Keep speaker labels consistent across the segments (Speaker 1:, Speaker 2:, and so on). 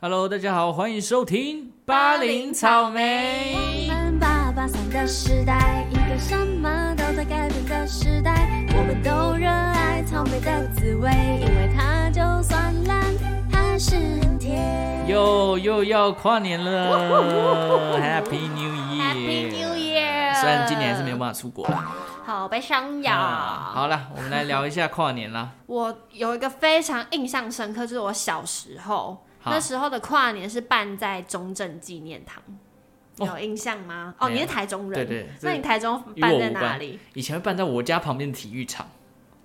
Speaker 1: Hello，大家好，欢迎收听
Speaker 2: 巴林草莓
Speaker 3: 我们八八三的时代，一个什么都在改变的时代，我们都热爱草莓的滋味，因为它就算烂，还是很甜。
Speaker 1: 又又要跨年了，Happy New
Speaker 2: Happy New
Speaker 1: Year！
Speaker 2: Year！
Speaker 1: 虽然今年还是没有办法出国啦。
Speaker 2: 好悲伤
Speaker 1: 啊
Speaker 2: 呀。
Speaker 1: 好了，我们来聊一下跨年 啦。
Speaker 2: 我有一个非常印象深刻，就是我小时候
Speaker 1: 好
Speaker 2: 那时候的跨年是办在中正纪念堂，
Speaker 1: 哦
Speaker 2: 有印象吗？哦，
Speaker 1: 没有
Speaker 2: 你是台中人，
Speaker 1: 对对
Speaker 2: 那
Speaker 1: 这
Speaker 2: 你台中
Speaker 1: 与我
Speaker 2: 办
Speaker 1: 无
Speaker 2: 在
Speaker 1: 关
Speaker 2: 哪里？
Speaker 1: 以前会办在我家旁边的体育场，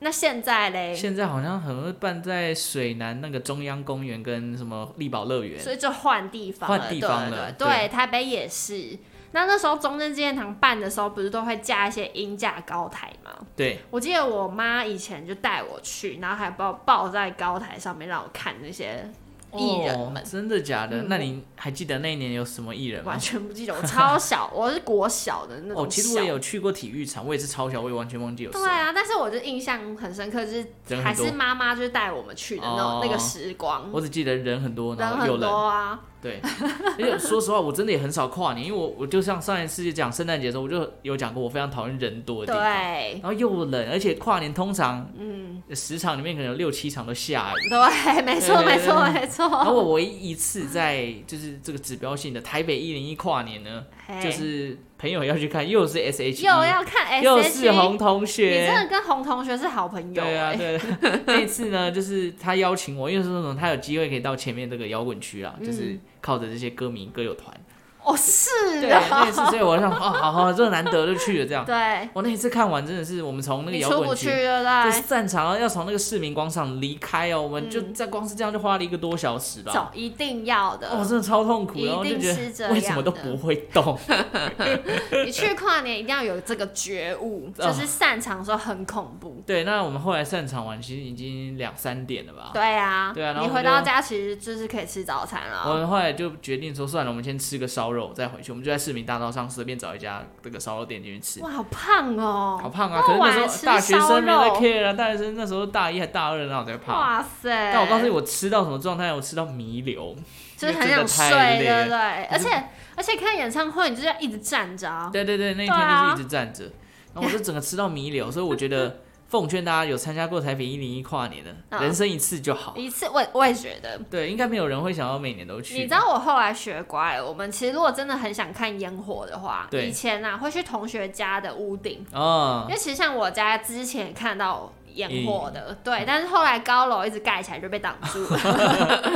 Speaker 2: 那现在嘞？
Speaker 1: 现在好像很会办在水南那个中央公园跟什么力宝乐园
Speaker 2: 所。以就换地方了，
Speaker 1: 换地方了
Speaker 2: 对
Speaker 1: 对
Speaker 2: 对，台北也是。那那时候中正纪念堂办的时候，不是都会架一些鹰架高台吗？
Speaker 1: 对，
Speaker 2: 我记得我妈以前就带我去，然后还把我抱在高台上面让我看那些艺人们
Speaker 1: 哦，真的假的？
Speaker 2: 嗯
Speaker 1: 那你还记得那一年有什么艺人吗
Speaker 2: 完？全不记得，我超小，我是国小的那种。
Speaker 1: 哦，其实我也。有去过体育场，我也是超小，我也完全忘记有谁
Speaker 2: 对。啊，但是我就印象很深刻，就是
Speaker 1: 人很多
Speaker 2: 还是妈妈就是带我们去的那种、
Speaker 1: 哦
Speaker 2: 那个时光，
Speaker 1: 我只记得人很多，然
Speaker 2: 人
Speaker 1: 后有
Speaker 2: 很
Speaker 1: 人
Speaker 2: 多。啊。
Speaker 1: 对， 而且说实话，我真的也很少跨年，因为我我就像上一次讲圣诞节的时候，我就有讲过，我非常讨厌人多的地方，
Speaker 2: 对
Speaker 1: 然后又冷，而且跨年通常，嗯，十场里面可能有六七场都下雨。
Speaker 2: 对，没错
Speaker 1: 对对
Speaker 2: 没错
Speaker 1: 对
Speaker 2: 没
Speaker 1: 然后
Speaker 2: 错。
Speaker 1: 我唯一一次 在就是这个指标性的台北一零一跨年呢，
Speaker 2: 嘿
Speaker 1: 就是朋友要去看，又是 S H
Speaker 2: 哎
Speaker 1: E，
Speaker 2: 又要看 S E
Speaker 1: 又是红同
Speaker 2: 你
Speaker 1: 学，
Speaker 2: 真的跟红同学是好朋友、欸。
Speaker 1: 对啊，对。 那一次呢，就是他邀请我，因为是那种他有机会可以到前面这个摇滚区啊，
Speaker 2: 嗯
Speaker 1: 就是靠着这些歌迷歌友团。
Speaker 2: 哦，是
Speaker 1: 对，啊
Speaker 2: 的，
Speaker 1: 那一次，所以我想，哦，好好，这难得就去了这样。
Speaker 2: 对，
Speaker 1: 我那一次看完真的是，我们从那个
Speaker 2: 你
Speaker 1: 摇
Speaker 2: 出
Speaker 1: 滚
Speaker 2: 不
Speaker 1: 区
Speaker 2: 去，了，
Speaker 1: 就
Speaker 2: 对
Speaker 1: 是战场要从那个市民广场离开哦，我们就
Speaker 2: 嗯
Speaker 1: 在光是这样就花了一个多小时
Speaker 2: 不对，
Speaker 1: 吧
Speaker 2: 走。一定要的。
Speaker 1: 哦，真的超痛苦，
Speaker 2: 一定
Speaker 1: 然后就觉
Speaker 2: 是这
Speaker 1: 得
Speaker 2: 样的
Speaker 1: 为什么都不会动。
Speaker 2: 你去跨年一定要有这个觉悟，
Speaker 1: 哦
Speaker 2: 就是散场的时候很恐怖。
Speaker 1: 对，那我们后来散场完，其实已经两三点了吧。
Speaker 2: 对啊，
Speaker 1: 对啊然后
Speaker 2: 你
Speaker 1: 我
Speaker 2: 回
Speaker 1: 们
Speaker 2: 到
Speaker 1: 就
Speaker 2: 家其实就是可以吃早餐
Speaker 1: 我
Speaker 2: 了。
Speaker 1: 们后来就决定说，算了，我们先吃个烧肉再回去。我们就在市民大道上随便找一家这个烧肉店进去吃。
Speaker 2: 哇，好胖哦！
Speaker 1: 好胖啊！
Speaker 2: 那
Speaker 1: 可是
Speaker 2: 我
Speaker 1: 那
Speaker 2: 还
Speaker 1: 时
Speaker 2: 吃
Speaker 1: 候大学生没有在
Speaker 2: 烧肉
Speaker 1: care 啊，大学生那时候大一还大二，然后在胖。
Speaker 2: 哇塞！
Speaker 1: 啊但我告诉你，，我吃到什么状态？我吃到弥留，
Speaker 2: 就是
Speaker 1: 因
Speaker 2: 很
Speaker 1: 为真
Speaker 2: 想
Speaker 1: 的
Speaker 2: 睡，
Speaker 1: 太
Speaker 2: 对
Speaker 1: 累
Speaker 2: 不
Speaker 1: 了。
Speaker 2: 对？而且而且看演唱会，你就是要一直站着啊。
Speaker 1: 对对对，那一天就是一直站着，然后我就整个吃到弥留，所以我觉得奉劝大家有参加过台北一零一跨年的，
Speaker 2: 嗯
Speaker 1: 人生一次就好。
Speaker 2: 一次，我也我也觉得，
Speaker 1: 对，应该没有人会想要每年都去。
Speaker 2: 你知道我后来学乖了，我们其实如果真的很想看烟火的话，
Speaker 1: 对
Speaker 2: 以前啊会去同学家的屋顶，
Speaker 1: 哦
Speaker 2: 因，为其实像我家之前也看到烟火的，
Speaker 1: 嗯
Speaker 2: 对，但是后来高楼一直盖起来就被挡住了。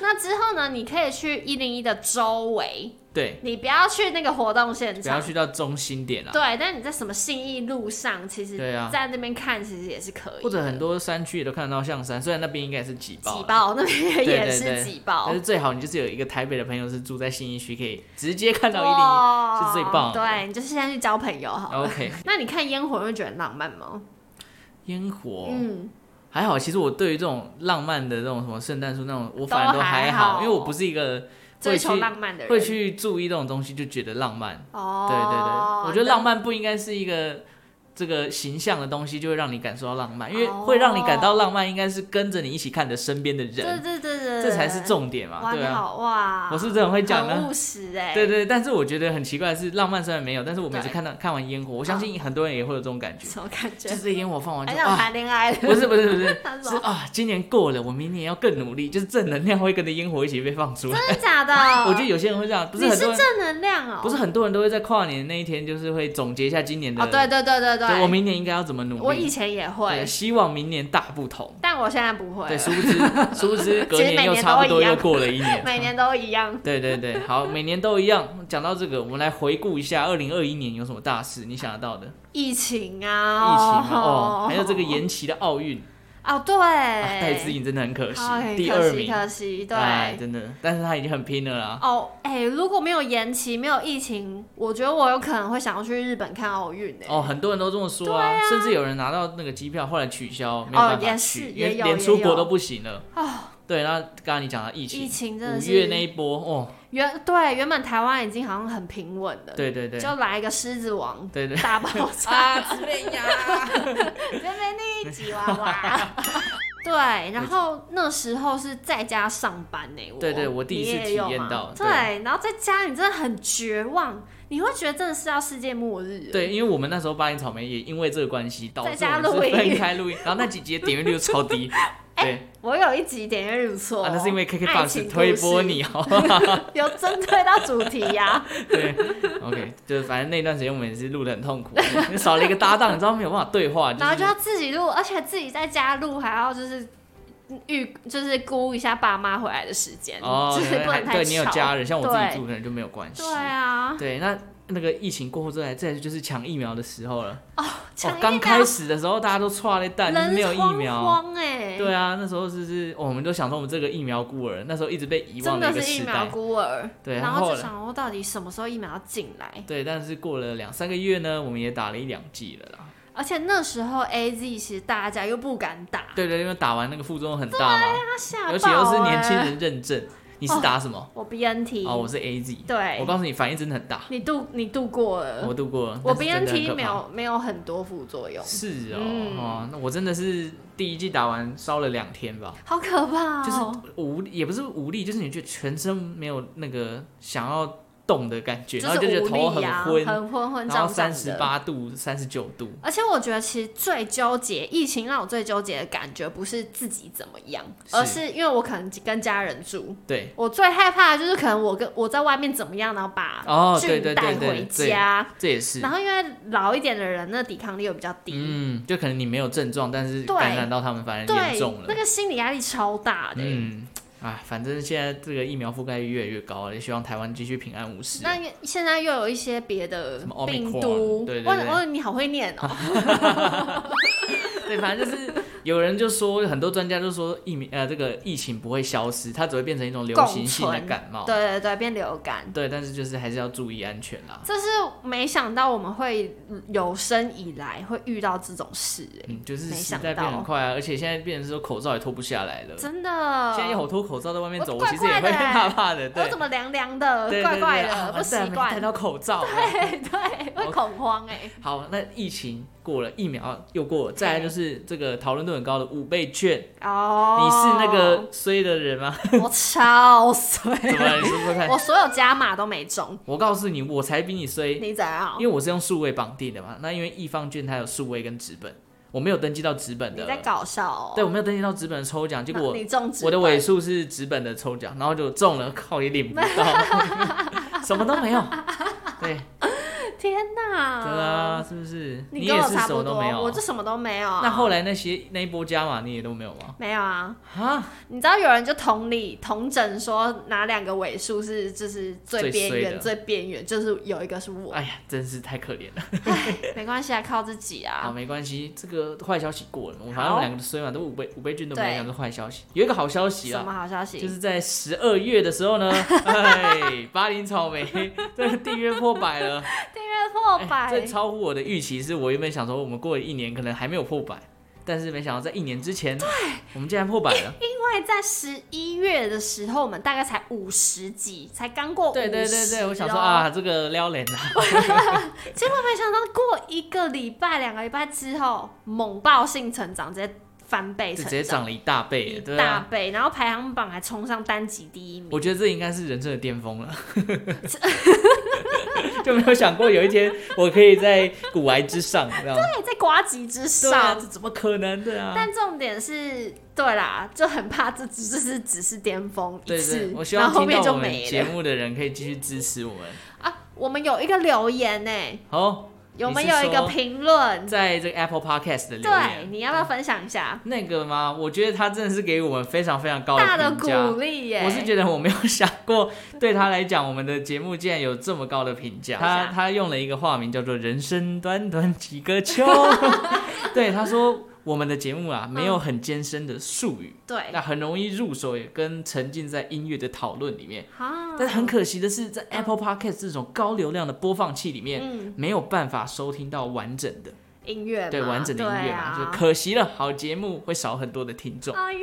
Speaker 2: 那之后呢，你可以去一零一的周围，
Speaker 1: 对，
Speaker 2: 你不要去那个活动现
Speaker 1: 不要
Speaker 2: 场。
Speaker 1: 去到中心点啊，
Speaker 2: 对，但你在什么信义路上，其实
Speaker 1: 对啊
Speaker 2: 在那边看其实也是可以的，
Speaker 1: 或者很多山区也都看得到象山，虽然那边应该是挤爆
Speaker 2: 挤
Speaker 1: 了。
Speaker 2: 爆那边
Speaker 1: 对
Speaker 2: 也
Speaker 1: 对
Speaker 2: 是
Speaker 1: 对
Speaker 2: 挤爆
Speaker 1: 但是，最好你就是有一个台北的朋友是住在信义区，可以直接看到一
Speaker 2: 哇
Speaker 1: 是最棒的哦
Speaker 2: 对，你就是现在去交朋友好了。
Speaker 1: 零一。OK，
Speaker 2: 那你看烟火会觉得很浪漫吗？
Speaker 1: 烟火、
Speaker 2: 嗯，
Speaker 1: 还好，其实我对于这种浪漫的这种什么圣诞树那种，我反而都还
Speaker 2: 都还好
Speaker 1: 因为我不是一个
Speaker 2: 追
Speaker 1: 会
Speaker 2: 求
Speaker 1: 去
Speaker 2: 浪漫的人
Speaker 1: 会去注意这种东西就觉得浪漫。
Speaker 2: 哦，
Speaker 1: 对对对，我觉得
Speaker 2: 那
Speaker 1: 浪漫不应该是一个。这个形象的东西就会让你感受到浪漫，因为
Speaker 2: 哦
Speaker 1: 会让你感到浪漫，应该是跟着你一起看的身边的人，
Speaker 2: 对对对对，
Speaker 1: 这才是
Speaker 2: 对
Speaker 1: 重点嘛，
Speaker 2: 哇，
Speaker 1: 对
Speaker 2: 你
Speaker 1: 啊。
Speaker 2: 好哇！
Speaker 1: 我是不是很会讲呢？
Speaker 2: 很务实哎、
Speaker 1: 对，对，但是我觉得很奇怪的是，浪漫虽然没有，但是我每次
Speaker 2: 对哦
Speaker 1: 看到看完烟火，我相信很多人也会有这种感觉，
Speaker 2: 什么感觉
Speaker 1: 就？是烟火放完就
Speaker 2: 很想
Speaker 1: 啊，
Speaker 2: 谈恋爱。
Speaker 1: 不是不 是不是，
Speaker 2: 他
Speaker 1: 是
Speaker 2: 说
Speaker 1: 啊，今年过了，我明年要更努力，就是正能量会跟着烟火一起被放出来。
Speaker 2: 真的假的？
Speaker 1: 我觉得有些人会这样，不是
Speaker 2: 你
Speaker 1: 很
Speaker 2: 是
Speaker 1: 多人，
Speaker 2: 正能量哦、
Speaker 1: 不是很多人都会在跨年那一天，就是会总结一下今年的，
Speaker 2: 哦，对对对对
Speaker 1: 对我明年应该要怎么努力。
Speaker 2: 我以前也
Speaker 1: 对，
Speaker 2: 会，
Speaker 1: 希望明年大不同。
Speaker 2: 但我现在不会
Speaker 1: 对，殊
Speaker 2: 了，
Speaker 1: 不知殊不知隔
Speaker 2: 其实每
Speaker 1: 年又
Speaker 2: 年
Speaker 1: 差不
Speaker 2: 都
Speaker 1: 多
Speaker 2: 一样
Speaker 1: 又过了一年，
Speaker 2: 每年都一样。
Speaker 1: 对对对，好，每年都一样。讲到这个，我们来回顾一下二零二一年有什么大事你想得到的？疫
Speaker 2: 疫情啊，
Speaker 1: 情嘛 哦，还有这个延期的奥运，
Speaker 2: 哦，对，
Speaker 1: 啊戴资颖真的很可惜
Speaker 2: 哎，
Speaker 1: 第
Speaker 2: 可
Speaker 1: 二
Speaker 2: 惜
Speaker 1: 名，
Speaker 2: 可惜，对。
Speaker 1: 哎真的，但是他已经很拼了啦。
Speaker 2: 哦，哎、如果没有延期，没有疫情，我觉得我有可能会想要去日本看奥运哎。
Speaker 1: 哦，很多人都这么说啊，甚至有人拿到那个机票，后来取消，没有
Speaker 2: 哦
Speaker 1: 办法
Speaker 2: 也是
Speaker 1: 去，
Speaker 2: 也
Speaker 1: 连
Speaker 2: 有
Speaker 1: 连
Speaker 2: 也
Speaker 1: 出国
Speaker 2: 有
Speaker 1: 都不行了。
Speaker 2: 哦
Speaker 1: 对，那刚刚你讲到疫
Speaker 2: 疫
Speaker 1: 情，
Speaker 2: 情真的
Speaker 1: 五
Speaker 2: 是
Speaker 1: 月那一波，哦，
Speaker 2: 原对原本台湾已经好像很平稳了，
Speaker 1: 对对对，
Speaker 2: 就来一个狮子王
Speaker 1: 对对，
Speaker 2: 大爆炸啊之类呀，这边那吉娃娃。 对，然后那时候是在家上班呢、我
Speaker 1: 对对我第一次
Speaker 2: 你也有
Speaker 1: 体验
Speaker 2: 吗
Speaker 1: 到
Speaker 2: 对，然后在家你真的很绝望，你会觉得真的是要世界末日。，
Speaker 1: 对，因为我们那时候巴黎草莓也因为这个关系，导
Speaker 2: 在
Speaker 1: 致
Speaker 2: 家
Speaker 1: 我
Speaker 2: 录
Speaker 1: 们
Speaker 2: 音
Speaker 1: 是分开录音，然后那几集的点阅率又超 低。对
Speaker 2: 我有一集点阅率不错、哦
Speaker 1: 啊，那是因为
Speaker 2: 爱
Speaker 1: KKBOX
Speaker 2: 情故
Speaker 1: 推播
Speaker 2: 事
Speaker 1: 你，哦好
Speaker 2: 有针对到主题呀、
Speaker 1: 对，OK，就是反正那段时间我们也是录的很痛苦， 因为少了一个搭档，你知道没有办法对话，
Speaker 2: 然后就是要自己录，而且自己在家录还要就是预就是估一下爸妈回来的时间，
Speaker 1: 哦，
Speaker 2: 就是
Speaker 1: 对
Speaker 2: 不能太
Speaker 1: 对你有
Speaker 2: 吵
Speaker 1: 家人，像我自己
Speaker 2: 对
Speaker 1: 住可能就没有关系
Speaker 2: 对。啊，
Speaker 1: 对，那那个疫情过后之后，再来就是抢疫苗的时候了。哦
Speaker 2: 抢，疫
Speaker 1: 刚
Speaker 2: 苗
Speaker 1: 开始的时候大家都歘了蛋，就是
Speaker 2: 人
Speaker 1: 没有疫苗。
Speaker 2: 慌哎、
Speaker 1: 对啊，那时候就是、哦我们都想说我们这个疫苗孤儿，那时候一直被遗忘
Speaker 2: 真
Speaker 1: 的一
Speaker 2: 的
Speaker 1: 个
Speaker 2: 是疫
Speaker 1: 时
Speaker 2: 苗
Speaker 1: 代。
Speaker 2: 孤儿，
Speaker 1: 对
Speaker 2: 然
Speaker 1: 然后
Speaker 2: 后
Speaker 1: 呢
Speaker 2: 就想说到底什么时候疫苗要进来？
Speaker 1: 对，但是过了两三个月呢，我们也打了一两剂了啦。
Speaker 2: 而且那时候 A Z 其实大家又不敢打，
Speaker 1: 对对，因为打完那个副作用很大嘛，
Speaker 2: 他吓
Speaker 1: 尤其又是
Speaker 2: 爆
Speaker 1: 年轻
Speaker 2: 欸
Speaker 1: 人认证。你是打什么？
Speaker 2: 我 B N T，、
Speaker 1: 哦，我是 A Z。
Speaker 2: 哦对
Speaker 1: 我告诉你，反应真的很大。
Speaker 2: 你度你度过了，
Speaker 1: 我度过了，
Speaker 2: 我
Speaker 1: 但
Speaker 2: B
Speaker 1: 哦是真
Speaker 2: N
Speaker 1: 的很
Speaker 2: T
Speaker 1: 可
Speaker 2: 没
Speaker 1: 怕
Speaker 2: 有没有很多副作用，
Speaker 1: 是哦、
Speaker 2: 嗯
Speaker 1: 哦，那我真的是第一季打完烧了两天吧，
Speaker 2: 好可怕、哦，
Speaker 1: 就是无也不是无力，就是你觉得全身没有那个想要动的感觉，
Speaker 2: 就
Speaker 1: 然后就觉
Speaker 2: 是
Speaker 1: 得
Speaker 2: 无
Speaker 1: 头
Speaker 2: 力呀、
Speaker 1: 昏，
Speaker 2: 很昏昏
Speaker 1: 然后
Speaker 2: 胀胀
Speaker 1: 三十
Speaker 2: 的。
Speaker 1: 八度、三十九度，
Speaker 2: 而且我觉得，其实最纠结，疫情让我最纠结的感觉，不是自己怎么样，
Speaker 1: 是
Speaker 2: 而是因为我可能跟家人住，
Speaker 1: 对，
Speaker 2: 我最害怕的就是可能我跟我在外面怎么样，然后把
Speaker 1: 哦，对
Speaker 2: 菌
Speaker 1: 对
Speaker 2: 啊带
Speaker 1: 对
Speaker 2: 回
Speaker 1: 对
Speaker 2: 家。
Speaker 1: 对，这也是
Speaker 2: 然，后因为老一点的人，那抵抗力又比较低，
Speaker 1: 嗯，就可能你没有症状，但是
Speaker 2: 对
Speaker 1: 感染到他们反而严
Speaker 2: 对
Speaker 1: 重，了
Speaker 2: 那，个心理压力超大的欸、
Speaker 1: 嗯。啊，反正现在这个疫苗覆盖率越来越高了，也希望台湾继续平安无事。
Speaker 2: 那现在又有一些别的
Speaker 1: 啊什么
Speaker 2: 病
Speaker 1: Omicron，
Speaker 2: 毒，
Speaker 1: 对对
Speaker 2: 哇
Speaker 1: 对
Speaker 2: 哇，你好会念哦、
Speaker 1: 对，反正就是有人就说，很多专家就说疫苗呃这个疫情不会消失，它只会变成一种流行性的感冒。
Speaker 2: 对对对，变流感。
Speaker 1: 对，但是就是还是要注意安全啦。
Speaker 2: 这是没想到我们会有生以来会遇到这种事、欸，
Speaker 1: 嗯，就是
Speaker 2: 没
Speaker 1: 时
Speaker 2: 想
Speaker 1: 代变
Speaker 2: 到
Speaker 1: 很快啊，而且现在变成说口罩也脱不下来了。
Speaker 2: 真的。
Speaker 1: 现在要我脱口罩在外面走，
Speaker 2: 我
Speaker 1: 我其实也会
Speaker 2: 怪怪的欸
Speaker 1: 怕怕的。对
Speaker 2: 我，怎么凉凉的，
Speaker 1: 对对
Speaker 2: 怪
Speaker 1: 对
Speaker 2: 怪
Speaker 1: 啊
Speaker 2: 的，
Speaker 1: 完
Speaker 2: 不习
Speaker 1: 蛋没戴
Speaker 2: 惯。
Speaker 1: 到口罩。啊
Speaker 2: 对 对，会恐慌哎、
Speaker 1: 好，那疫情过了，疫苗又过了，再来就是这个讨论度很高的五倍券。
Speaker 2: 哦，
Speaker 1: 你是那个衰的人吗？
Speaker 2: 我超衰，
Speaker 1: 怎么了？你说说看。
Speaker 2: 我所有加码都没中，
Speaker 1: 我告诉你，我才比你衰。
Speaker 2: 你怎样？
Speaker 1: 因为我是用数位绑定的嘛，那因为易方券它有数位跟纸本，我没有登记到纸本
Speaker 2: 你
Speaker 1: 的，
Speaker 2: 在搞笑哦、
Speaker 1: 对我没有登记到纸本的抽奖，结果
Speaker 2: 那你中
Speaker 1: 我的尾
Speaker 2: 尾
Speaker 1: 数是纸本的抽奖，然后就中了，靠也领不 到，什么都没有，对，
Speaker 2: 天哪！
Speaker 1: 对啊，是不是？
Speaker 2: 你跟
Speaker 1: 也
Speaker 2: 我
Speaker 1: 是
Speaker 2: 差
Speaker 1: 什
Speaker 2: 不
Speaker 1: 么都
Speaker 2: 多，
Speaker 1: 没有啊
Speaker 2: 我就，什么都没有啊。
Speaker 1: 那后来那些那一波加码你也都没有吗？
Speaker 2: 没有啊？
Speaker 1: 啊，
Speaker 2: 你知道有人就同理同整说哪两个尾数是就是最
Speaker 1: 最
Speaker 2: 边
Speaker 1: 衰
Speaker 2: 缘
Speaker 1: 的
Speaker 2: 最边缘，就是有一个是我，
Speaker 1: 哎呀，真是太可怜了。
Speaker 2: 没关系啊，靠自己
Speaker 1: 好，
Speaker 2: 啊。
Speaker 1: 没关系，这个坏消息过了，我们反正我
Speaker 2: 好
Speaker 1: 们两个都衰嘛，都五倍五倍券都没
Speaker 2: 对
Speaker 1: 有讲是坏消息，有一个好消息
Speaker 2: 什
Speaker 1: 啊
Speaker 2: 么，好消息？
Speaker 1: 就是在十二月的时候 呢，哎，巴林草莓这个订阅破百了，
Speaker 2: 订阅破
Speaker 1: 哎
Speaker 2: 百，
Speaker 1: 这超乎我的预期。是我原本想说，我们过了一年可能还没有破百，但是没想到在一年之前，我们竟然破百了。
Speaker 2: 因为在十一月的时候，我们大概才五十几，才刚过
Speaker 1: 对对对
Speaker 2: 50
Speaker 1: 对，我想说
Speaker 2: 哦，
Speaker 1: 啊，这个撩人啊，
Speaker 2: 结果没想到过一个礼拜、两个礼拜之后，猛爆性成长，直接翻倍
Speaker 1: 就
Speaker 2: 成
Speaker 1: 直接
Speaker 2: 长
Speaker 1: 涨了一大倍，
Speaker 2: 一
Speaker 1: 对
Speaker 2: 大
Speaker 1: 啊。
Speaker 2: 倍，然后排行榜还冲上单集第一名。
Speaker 1: 我觉得这应该是人生的巅峰了， 就没有想过有一天我可以在古癌之上，这样
Speaker 2: 对，哎在瓜吉之
Speaker 1: 对啊，
Speaker 2: 上。
Speaker 1: 这怎么可能的啊？
Speaker 2: 但重点是，对啦，就很怕这只是只是巅峰一
Speaker 1: 对
Speaker 2: 次，
Speaker 1: 对，我希
Speaker 2: 然
Speaker 1: 望
Speaker 2: 后后
Speaker 1: 听
Speaker 2: 面
Speaker 1: 到
Speaker 2: 就
Speaker 1: 我们
Speaker 2: 没
Speaker 1: 节
Speaker 2: 了
Speaker 1: 目的人可以继续支持我们。
Speaker 2: 啊。我们有一个留言呢、
Speaker 1: 好，
Speaker 2: 我们
Speaker 1: 你是
Speaker 2: 有一个
Speaker 1: 说
Speaker 2: 评论，
Speaker 1: 在这个 Apple Podcast 的留
Speaker 2: 对，
Speaker 1: 言，嗯
Speaker 2: 你要不要分享一下？
Speaker 1: 那个吗？我觉得他真的是给我们非常非常高
Speaker 2: 大的
Speaker 1: 评价
Speaker 2: 鼓。励耶！
Speaker 1: 我是觉得我没有想过，对他来讲，我们的节目竟然有这么高的评 价。他他用了一个化名叫做“人生短短几个 秋”，对他说我们的节目啊没有很艰深的术语，
Speaker 2: 对
Speaker 1: 那很容易入手，也跟沉浸在音乐的讨论里面。
Speaker 2: 啊，
Speaker 1: 但是很可惜的是，在 Apple Podcast 这种高流量的播放器里面，
Speaker 2: 嗯
Speaker 1: 没有办法收听到完整的。
Speaker 2: 音乐嘛
Speaker 1: 对完整的音乐嘛，
Speaker 2: 对啊
Speaker 1: 就可惜了，好节目会少很多的听众。
Speaker 2: 哎
Speaker 1: 哎
Speaker 2: 呦，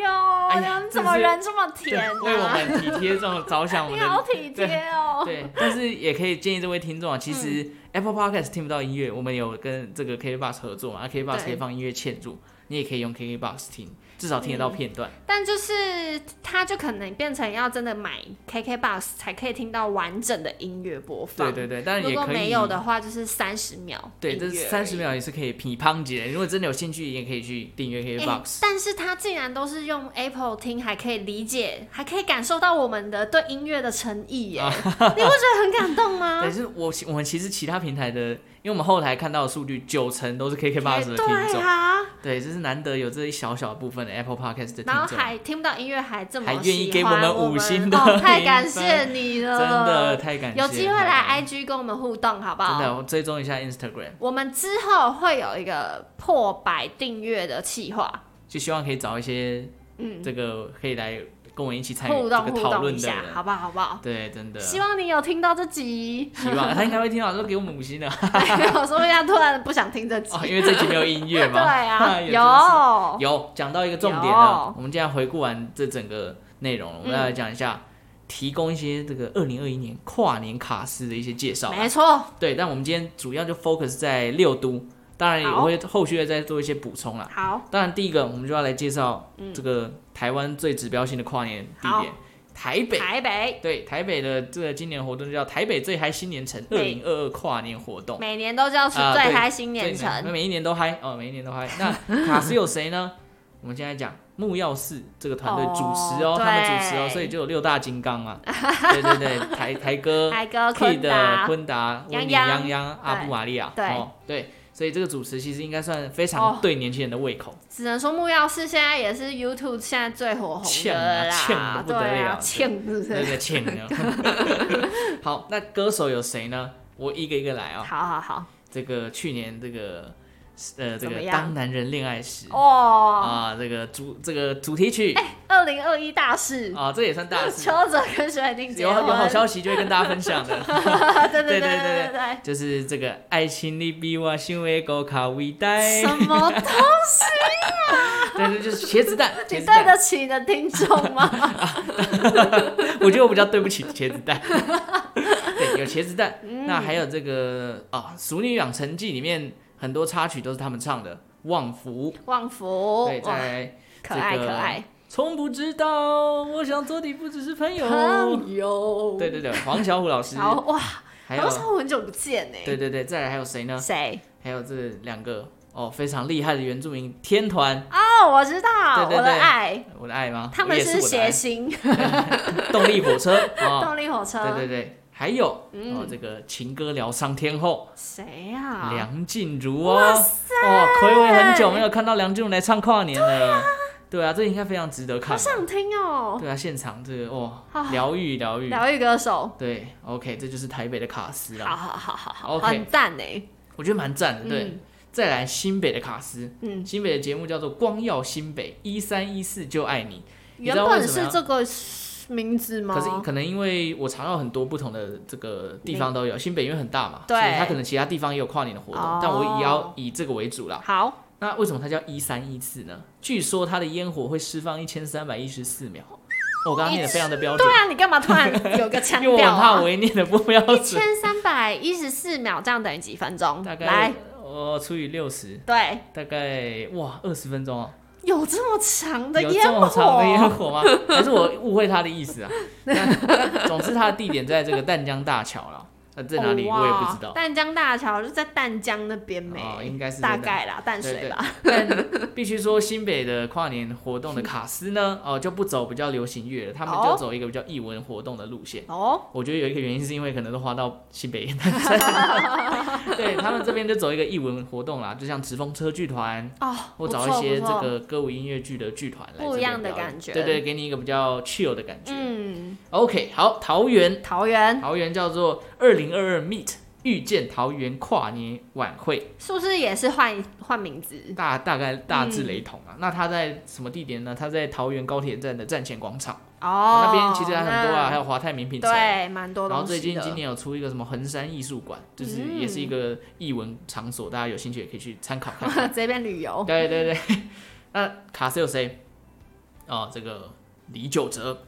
Speaker 1: 呀
Speaker 2: 人怎么
Speaker 1: 真是
Speaker 2: 人这么甜
Speaker 1: 对为我
Speaker 2: 啊？
Speaker 1: 们体贴这种着想，我
Speaker 2: 你
Speaker 1: 们
Speaker 2: 好
Speaker 1: 的
Speaker 2: 体贴哦。嗯
Speaker 1: 对，但是也可以建议这位听众啊，其实 Apple Podcast 听不到音乐，我们有跟这个 KBox 合作嘛，KBox
Speaker 2: 对
Speaker 1: 可以放音乐嵌入，你也可以用 KBox 听。至少听得到片段。
Speaker 2: 但就是它就可能变成要真的买 KKBOX 才可以听到完整的音乐播放。
Speaker 1: 对对对，但是
Speaker 2: 如
Speaker 1: 也
Speaker 2: 果
Speaker 1: 可以。
Speaker 2: 没有的话，就是三十秒。
Speaker 1: 对，这三十。秒也是可以批判级的。如果真的有兴趣，也可以去订阅
Speaker 2: 哎、
Speaker 1: KKBOX。
Speaker 2: 但是它竟然都是用 Apple 听，还可以理解，还可以感受到我们的对音乐的诚意 耶，你不觉得很感动吗？
Speaker 1: 但是我我们其实其他平台的，因为我们后台看到的数据，九成都是 KKBOX 的听
Speaker 2: 对
Speaker 1: 众。
Speaker 2: 啊，
Speaker 1: 对，这是难得有这一小小部分的 Apple Podcast 的听
Speaker 2: 然后
Speaker 1: 众。
Speaker 2: 还听不到音乐，还这么
Speaker 1: 还愿意
Speaker 2: 喜
Speaker 1: 给我
Speaker 2: 欢
Speaker 1: 们
Speaker 2: 我
Speaker 1: 五星的
Speaker 2: 哦，太感
Speaker 1: 评分
Speaker 2: 谢你了，
Speaker 1: 真的太感谢，
Speaker 2: 有机会来 IG 跟我们互动好不
Speaker 1: 真
Speaker 2: 好？
Speaker 1: 的，我追踪一下 Instagram，
Speaker 2: 我们之后会有一个破百订阅的企划，
Speaker 1: 就希望可以找一些
Speaker 2: 嗯，
Speaker 1: 这个可以来跟我们一起参与
Speaker 2: 互
Speaker 1: 哎这
Speaker 2: 动
Speaker 1: 个
Speaker 2: 互
Speaker 1: 讨
Speaker 2: 动一
Speaker 1: 论的
Speaker 2: 下，
Speaker 1: 人。
Speaker 2: 好不好？好不好？
Speaker 1: 对，啊真的，
Speaker 2: 希望你有听到这集，
Speaker 1: 希望他应该会听到，说给我们五 星的
Speaker 2: 我哎说不定他突然不想听这集。
Speaker 1: 哦，因为这集没有音乐
Speaker 2: 对
Speaker 1: 嘛。
Speaker 2: 啊，
Speaker 1: 哎呀
Speaker 2: 有
Speaker 1: 真是有讲到一个重点了
Speaker 2: 有，嗯
Speaker 1: 我们现在回顾完这整个内容，我们来讲一下。提供一些这个二零二一年跨年卡司的一些介绍啊，
Speaker 2: 没错，
Speaker 1: 对，但我们今天主要就 focus 在六都，当然也
Speaker 2: 好
Speaker 1: 会后续再做一些补充啦。
Speaker 2: 好，
Speaker 1: 当然，第一个我们就要来介绍
Speaker 2: 嗯
Speaker 1: 这个台湾最指标性的跨年地点——台北。
Speaker 2: 台北
Speaker 1: 对，台北的这个今年活动就叫台北最嗨新年城二
Speaker 2: 对
Speaker 1: 零二二跨年活动。
Speaker 2: 每年都叫出
Speaker 1: 啊
Speaker 2: 最
Speaker 1: 对
Speaker 2: 嗨新年
Speaker 1: 最难
Speaker 2: 城，
Speaker 1: 每一年都嗨哦，每一年都嗨。那卡斯有谁呢？ 我们现在讲木曜四这个团队
Speaker 2: 哦
Speaker 1: 主持哦，
Speaker 2: 对
Speaker 1: 他们主持哦，所以就有六大金刚嘛。对对 对，台台哥、
Speaker 2: 台哥
Speaker 1: Kid
Speaker 2: 坤达
Speaker 1: 昆达、
Speaker 2: 洋
Speaker 1: 温妮、
Speaker 2: 洋
Speaker 1: 泱泱、阿布
Speaker 2: 对
Speaker 1: 玛利亚。
Speaker 2: 对
Speaker 1: 哦对，所以这个主持其实应该算非
Speaker 2: 哦
Speaker 1: 常对年轻人的胃口。
Speaker 2: 只能说木曜四现在也是 YouTube 现在最火红
Speaker 1: 呛
Speaker 2: 的
Speaker 1: 啊
Speaker 2: 啦，
Speaker 1: 呛得不得
Speaker 2: 对啊
Speaker 1: 了，
Speaker 2: 呛是不
Speaker 1: 那
Speaker 2: 是？
Speaker 1: 个欠 呢？ 好，那歌手有谁呢？我一个一个来啊、
Speaker 2: 好好好，
Speaker 1: 这个去年这个呃这
Speaker 2: 怎么
Speaker 1: 个
Speaker 2: 样
Speaker 1: 当男人恋爱时啊、
Speaker 2: 哦，哎
Speaker 1: 这个主这个主题曲啊、
Speaker 2: 二零二一大事，
Speaker 1: 这也算大事
Speaker 2: 邱。泽跟徐海宁结
Speaker 1: 有
Speaker 2: 婚，
Speaker 1: 有好消息就会跟大家分享的，
Speaker 2: 对
Speaker 1: 对对对
Speaker 2: 对对
Speaker 1: 哎
Speaker 2: 对对。
Speaker 1: 就是这个爱情里比我想的高卡伟大，
Speaker 2: 什么
Speaker 1: 哎
Speaker 2: 东西？
Speaker 1: 对对，就是茄子蛋，茄
Speaker 2: 你
Speaker 1: 子
Speaker 2: 对
Speaker 1: 蛋
Speaker 2: 得，起你的听众 吗？
Speaker 1: 我觉得我比较对不起茄子蛋， 对，有茄子蛋，
Speaker 2: 嗯
Speaker 1: 那还有这个啊，《熟女养成记》里面很多插曲都是他们唱的，《旺福》
Speaker 2: 旺福
Speaker 1: 对，，
Speaker 2: 哦哇，
Speaker 1: 在
Speaker 2: 可爱
Speaker 1: 这
Speaker 2: 可
Speaker 1: 个
Speaker 2: 爱，
Speaker 1: 从不知道，我想做你不只是朋友。
Speaker 2: 朋友，
Speaker 1: 对对对，黄小虎老师，
Speaker 2: 好哇，
Speaker 1: 还有
Speaker 2: 好像很久不见呢。欸
Speaker 1: 对啊对对，再来还有谁呢？
Speaker 2: 谁？
Speaker 1: 还有这两个哦，非常厉害的原住民天团，
Speaker 2: 哦，我知道，
Speaker 1: 对对
Speaker 2: 我的
Speaker 1: 对
Speaker 2: 爱，
Speaker 1: 我的爱吗？
Speaker 2: 他
Speaker 1: 我
Speaker 2: 们
Speaker 1: 也是
Speaker 2: 是
Speaker 1: 我的
Speaker 2: 谐
Speaker 1: 爱
Speaker 2: 星，
Speaker 1: 动力火车啊，
Speaker 2: 动力火车，嗯
Speaker 1: 对对对，还有哦这个情歌疗伤天后
Speaker 2: 谁啊呀？
Speaker 1: 梁静茹哦，哇，暌违很久没有看到梁静茹来唱跨年了，对啊，这应该非常值得看
Speaker 2: 好
Speaker 1: 吧，
Speaker 2: 想听哦，
Speaker 1: 对啊，现场这个哇
Speaker 2: 啊，
Speaker 1: 疗愈疗愈，
Speaker 2: 疗愈歌手，
Speaker 1: 对，OK，这就是台北的卡斯
Speaker 2: 好
Speaker 1: 啦，
Speaker 2: 好好好欸好，
Speaker 1: OK
Speaker 2: 很赞呢。
Speaker 1: 我觉得蛮赞的。对，
Speaker 2: 嗯
Speaker 1: 再来新北的卡斯，
Speaker 2: 嗯，
Speaker 1: 新北的节目叫做《光耀新北》，一三一四就爱你。你
Speaker 2: 原
Speaker 1: 知道为
Speaker 2: 本
Speaker 1: 什么
Speaker 2: 是
Speaker 1: 要
Speaker 2: 这个名字吗？
Speaker 1: 可是可能因为我尝到很多不同的这个地方都有，新北因为很大嘛，
Speaker 2: 对
Speaker 1: 所以它可能其他地方也有跨年的活动，
Speaker 2: 哦
Speaker 1: 但我也要以这个为主啦。
Speaker 2: 好
Speaker 1: 那为什么它叫一三一四呢？据说它的烟火会释放一千三百一十四秒。哦我刚刚念的非常的标准
Speaker 2: 对，啊，你干嘛突然有个 腔
Speaker 1: 因为我
Speaker 2: 调
Speaker 1: 很怕
Speaker 2: 啊
Speaker 1: 我？会念的不标
Speaker 2: 一
Speaker 1: 准。
Speaker 2: 千三百一十四秒，这样等于几分钟？
Speaker 1: 大概
Speaker 2: 来，
Speaker 1: 我、除以六十，
Speaker 2: 对，
Speaker 1: 大概哇二十分钟哦。
Speaker 2: 有这么长的
Speaker 1: 有
Speaker 2: 烟
Speaker 1: 这
Speaker 2: 火，
Speaker 1: 么长的烟火吗？还是我误会他的意思啊？但 总之，它的地点在这个淡江大桥了，呃，在哪里
Speaker 2: 哦哇
Speaker 1: 我也不知道。
Speaker 2: 淡江大桥就在淡江那边没、
Speaker 1: 哦应该是在
Speaker 2: 大
Speaker 1: 淡
Speaker 2: 概啦，淡
Speaker 1: 对
Speaker 2: 水
Speaker 1: 对
Speaker 2: 啦。，
Speaker 1: 但必须说新北的跨年活动的卡司呢，哦就不走比较流行乐了，他们
Speaker 2: 哦
Speaker 1: 就走一个比较艺文活动的路线。
Speaker 2: 哦，
Speaker 1: 我觉得有一个原因是因为可能都花到新北， 对他们这边就走一个艺文活动啦，就像直风车剧团，
Speaker 2: 哦，
Speaker 1: 或
Speaker 2: 不
Speaker 1: 找一
Speaker 2: 错
Speaker 1: 些这，
Speaker 2: 不错
Speaker 1: 个歌舞音乐剧的剧团来
Speaker 2: 不
Speaker 1: 这
Speaker 2: 一
Speaker 1: 边
Speaker 2: 样的
Speaker 1: 表演
Speaker 2: 感觉
Speaker 1: 对对，给你一个比较 chill 的感觉。
Speaker 2: 嗯，
Speaker 1: OK，好，桃园，
Speaker 2: 桃园
Speaker 1: 桃园叫做二零二二 Meet 遇见桃园跨年晚会，
Speaker 2: 是不是也是换换名字？
Speaker 1: 大大概大致雷同
Speaker 2: 嗯
Speaker 1: 啊。那它在什么地点呢？它在桃园高铁站的站前广场，
Speaker 2: 哦，
Speaker 1: 那边其实还很多啊，还
Speaker 2: 那
Speaker 1: 有华泰名品城。
Speaker 2: 对，蛮多
Speaker 1: 然后
Speaker 2: 东
Speaker 1: 最
Speaker 2: 西
Speaker 1: 近
Speaker 2: 的。
Speaker 1: 今年有出一个什么横山艺术馆，就是
Speaker 2: 嗯
Speaker 1: 也是一个艺文场所，大家有兴趣也可以去参考看看。
Speaker 2: 这边旅游，
Speaker 1: 对对对，那卡斯有谁？哦，这个李玖哲，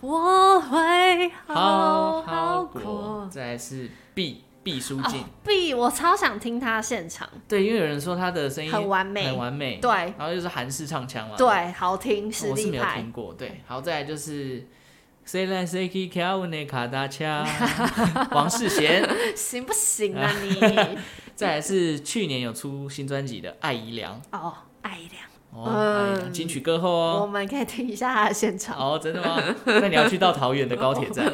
Speaker 2: 我会好
Speaker 1: 好
Speaker 2: 好
Speaker 1: 好
Speaker 2: 过
Speaker 1: 果，。再来是 B 毕书尽。
Speaker 2: 哦，B，我超想听他现场，
Speaker 1: 对，因为有人说他的声音
Speaker 2: 很完美
Speaker 1: 哎很完美。
Speaker 2: 对
Speaker 1: 然后就是韩式唱腔嘛。
Speaker 2: 对，好听，实
Speaker 1: 我是
Speaker 2: 力
Speaker 1: 没有
Speaker 2: 派
Speaker 1: 听。过。对，好，再来就是。谁来谁去跳舞呢？卡达 恰，王世贤，
Speaker 2: 行不行啊 你？
Speaker 1: 再来是去年有出新专辑的艾怡良，
Speaker 2: 哦，爱良，
Speaker 1: 哦，艾怡良
Speaker 2: 嗯
Speaker 1: 金曲歌后
Speaker 2: 我
Speaker 1: 哦，
Speaker 2: 们可以听一下他的现场，
Speaker 1: 哦，真的 吗？那你要去到桃园的高铁站。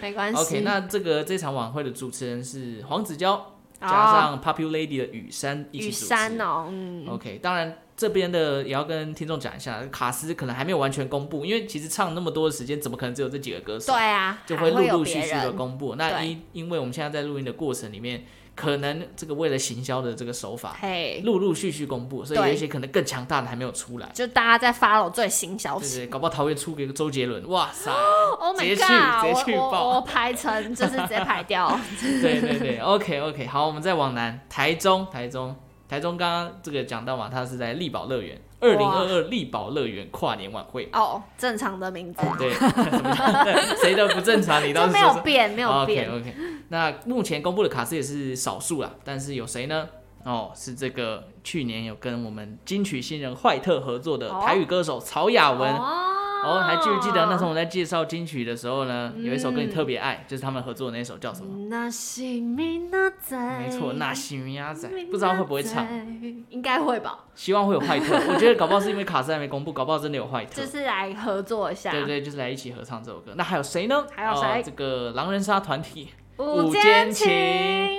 Speaker 2: 没关系。
Speaker 1: OK，那这个这场晚会的主持人是黄子佼，加
Speaker 2: 哦
Speaker 1: 上 Popu Lady 的雨山一起
Speaker 2: 雨
Speaker 1: 主持。
Speaker 2: 山哦，嗯，
Speaker 1: OK，当然这边的也要跟听众讲一下，卡斯可能还没有完全公布，因为其实唱那么多的时间，怎么可能只有这几个歌手？
Speaker 2: 对啊，
Speaker 1: 就
Speaker 2: 还
Speaker 1: 会
Speaker 2: 会
Speaker 1: 陆
Speaker 2: 有
Speaker 1: 陆续
Speaker 2: 别
Speaker 1: 续的
Speaker 2: 人。
Speaker 1: 公布。那
Speaker 2: 对
Speaker 1: 因因为我们现在在录音的过程里面，可能这个为了行销的这个手法，
Speaker 2: 嘿，
Speaker 1: 陆陆续续公布，所以
Speaker 2: 对
Speaker 1: 有一些可能更强大的还没有出来。
Speaker 2: 就大家在 follow 最新消
Speaker 1: 对
Speaker 2: 息。
Speaker 1: 对，搞不好桃园出给个周杰伦，哇塞！
Speaker 2: Oh
Speaker 1: 直接
Speaker 2: my
Speaker 1: 去直
Speaker 2: god！
Speaker 1: 接去
Speaker 2: 我
Speaker 1: 报
Speaker 2: 我我排成就是直接排 掉。
Speaker 1: 对对对，OK OK，好，我们再往南，台中，台中，台中，刚刚这个讲到嘛，它是在力宝乐园，二零二二力宝乐园跨年晚会，
Speaker 2: 哦，正常的名字
Speaker 1: 对， 怎么样对谁的不正常？你
Speaker 2: 就
Speaker 1: 倒是
Speaker 2: 没
Speaker 1: 说
Speaker 2: 有
Speaker 1: 说。
Speaker 2: 变，没有
Speaker 1: OK
Speaker 2: 变。
Speaker 1: OK，那目前公布的卡司也是少数啦，但是有谁呢？哦，是这个去年有跟我们金曲新人坏特合作的
Speaker 2: 哦
Speaker 1: 台语歌手曹雅文。哦
Speaker 2: 哦嗯
Speaker 1: 还记不记得那时候我们在介绍金曲的时候呢，有一首歌你特别爱，就是他们合作的那首叫什么？
Speaker 2: 那是米娜仔，
Speaker 1: 没错，那西米亚仔，
Speaker 2: 嗯
Speaker 1: 不知道会不会唱，，
Speaker 2: 应该会吧，
Speaker 1: 希望会有坏特。 我觉得搞不好是因为卡斯还没公布，搞不好真的有坏特。
Speaker 2: 就是来合作一下。
Speaker 1: 对对，就是来一起合唱这首歌。那还有谁呢？
Speaker 2: 还有谁
Speaker 1: 哦这个狼人杀团体
Speaker 2: 五
Speaker 1: 五
Speaker 2: 间
Speaker 1: 间情
Speaker 2: 情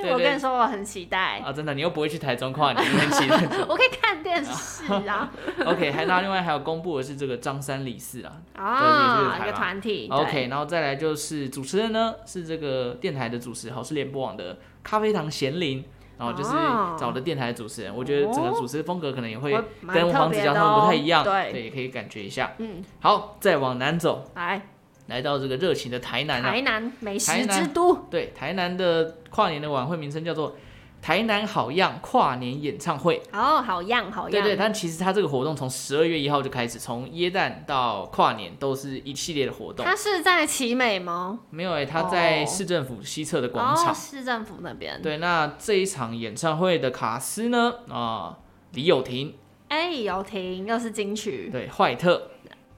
Speaker 1: 对，
Speaker 2: 我
Speaker 1: 对
Speaker 2: 跟你说，我很期 待，
Speaker 1: 啊，真的，你又不会去台中跨年，你很期 待。
Speaker 2: 我可以看电视 啊
Speaker 1: OK，还那另外还有公布的是这个张三李四啊。对这个是
Speaker 2: 啊，一
Speaker 1: 台湾
Speaker 2: 个团体。对
Speaker 1: OK，然后再来就是主持人呢是这个电台的主持，好是联播网的咖啡堂贤玲，然后就是
Speaker 2: 哦
Speaker 1: 找的电台的主持人，我觉得整个主持风格可能也会
Speaker 2: 会蛮
Speaker 1: 跟
Speaker 2: 特
Speaker 1: 黄子
Speaker 2: 别
Speaker 1: 佼
Speaker 2: 的
Speaker 1: 他们不
Speaker 2: 哦
Speaker 1: 太一样，
Speaker 2: 对
Speaker 1: 也可以感觉一下。
Speaker 2: 嗯，
Speaker 1: 好，再往南走，
Speaker 2: 来
Speaker 1: 来到这个热情的台南啊
Speaker 2: 台，南美
Speaker 1: 台
Speaker 2: 食
Speaker 1: 南
Speaker 2: 之都，
Speaker 1: 对，台南的跨年的晚会名称叫做台南好样跨年演唱会。
Speaker 2: 哦，好样好
Speaker 1: 对
Speaker 2: 样，
Speaker 1: 对，但其实它这个活动从十二月一号就开始，从耶诞到跨年都是一系列的活动。
Speaker 2: 它是在奇美吗？
Speaker 1: 没有诶、欸它在
Speaker 2: 哦
Speaker 1: 市政府西侧的广场。
Speaker 2: 哦、市政府那边。，
Speaker 1: 对，那这一场演唱会的卡司呢？啊、李友廷，
Speaker 2: 哎，游艇又是金曲
Speaker 1: 对，坏特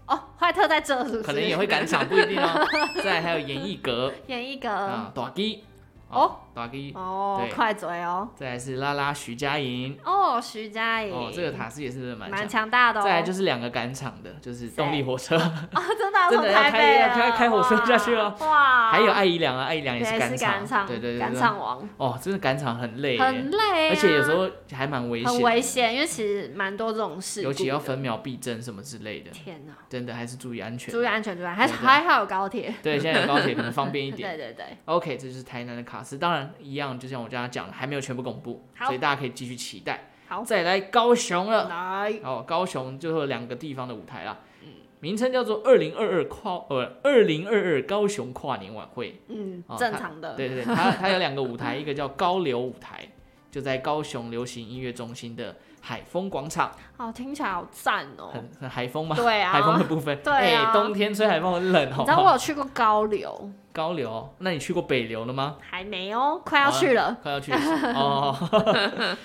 Speaker 2: 哦，坏特在嗯 这是不是
Speaker 1: 可能也会赶场，不一定 哦。再来还有严艺格
Speaker 2: 演一个、
Speaker 1: 啊，短基
Speaker 2: 嗯哦，
Speaker 1: 短基，
Speaker 2: 哦
Speaker 1: 对，
Speaker 2: 快嘴哦，
Speaker 1: 再来是拉拉徐佳莹
Speaker 2: 哦，徐佳莹，
Speaker 1: 哦，这个卡司也是蛮
Speaker 2: 蛮
Speaker 1: 强。
Speaker 2: 强大的哦。
Speaker 1: 再来就是两个赶场的，就是动力火 车，
Speaker 2: 哦，真的要
Speaker 1: 真
Speaker 2: 从
Speaker 1: 的要
Speaker 2: 台北
Speaker 1: 开
Speaker 2: 了
Speaker 1: 开开火车下去哦
Speaker 2: 哇，哇
Speaker 1: 还有艾怡良啊，艾怡良也
Speaker 2: 对
Speaker 1: 是
Speaker 2: 是
Speaker 1: 赶
Speaker 2: 赶
Speaker 1: 场，
Speaker 2: 场，
Speaker 1: 对对对，
Speaker 2: 赶
Speaker 1: 对
Speaker 2: 场王，
Speaker 1: 哦，真的赶场很累耶，
Speaker 2: 很累、啊，
Speaker 1: 而且有时候还蛮危
Speaker 2: 很
Speaker 1: 险，
Speaker 2: 危险，因为其实蛮多这种事故
Speaker 1: 尤
Speaker 2: 的，
Speaker 1: 其要分秒必争什么之类的，
Speaker 2: 天哪，
Speaker 1: 真的还是注意安全。
Speaker 2: 注意安全，注意安全，还
Speaker 1: 对对
Speaker 2: 还好有高铁，
Speaker 1: 对，现在有高铁可能方便一
Speaker 2: 对
Speaker 1: 点。
Speaker 2: 对对，
Speaker 1: OK，这就是台南的卡斯，当然一样，就像我刚刚讲的，还没有全部公布，
Speaker 2: 好
Speaker 1: 所以大家可以继续期待。
Speaker 2: 好，
Speaker 1: 再来高雄了，
Speaker 2: 来，
Speaker 1: 哦，高雄就会有两个地方的舞台啦，名称叫做二零二二跨呃二零二二高雄跨年晚会，
Speaker 2: 嗯
Speaker 1: 哦，
Speaker 2: 正常的，
Speaker 1: 对对对，它它有两个舞台，一个叫高流舞台，就在高雄流行音乐中心的海风广场，
Speaker 2: 哦，听起来好赞哦，
Speaker 1: 很很海风嘛，
Speaker 2: 对 啊
Speaker 1: 海风的部分，
Speaker 2: 对
Speaker 1: 哎、
Speaker 2: 啊
Speaker 1: 冬天吹海风很冷，好不
Speaker 2: 你知道我
Speaker 1: 好？
Speaker 2: 有去过高流，
Speaker 1: 高流，那你去过北流了吗？
Speaker 2: 还没哦，快要去了。
Speaker 1: 啊快要去了哦，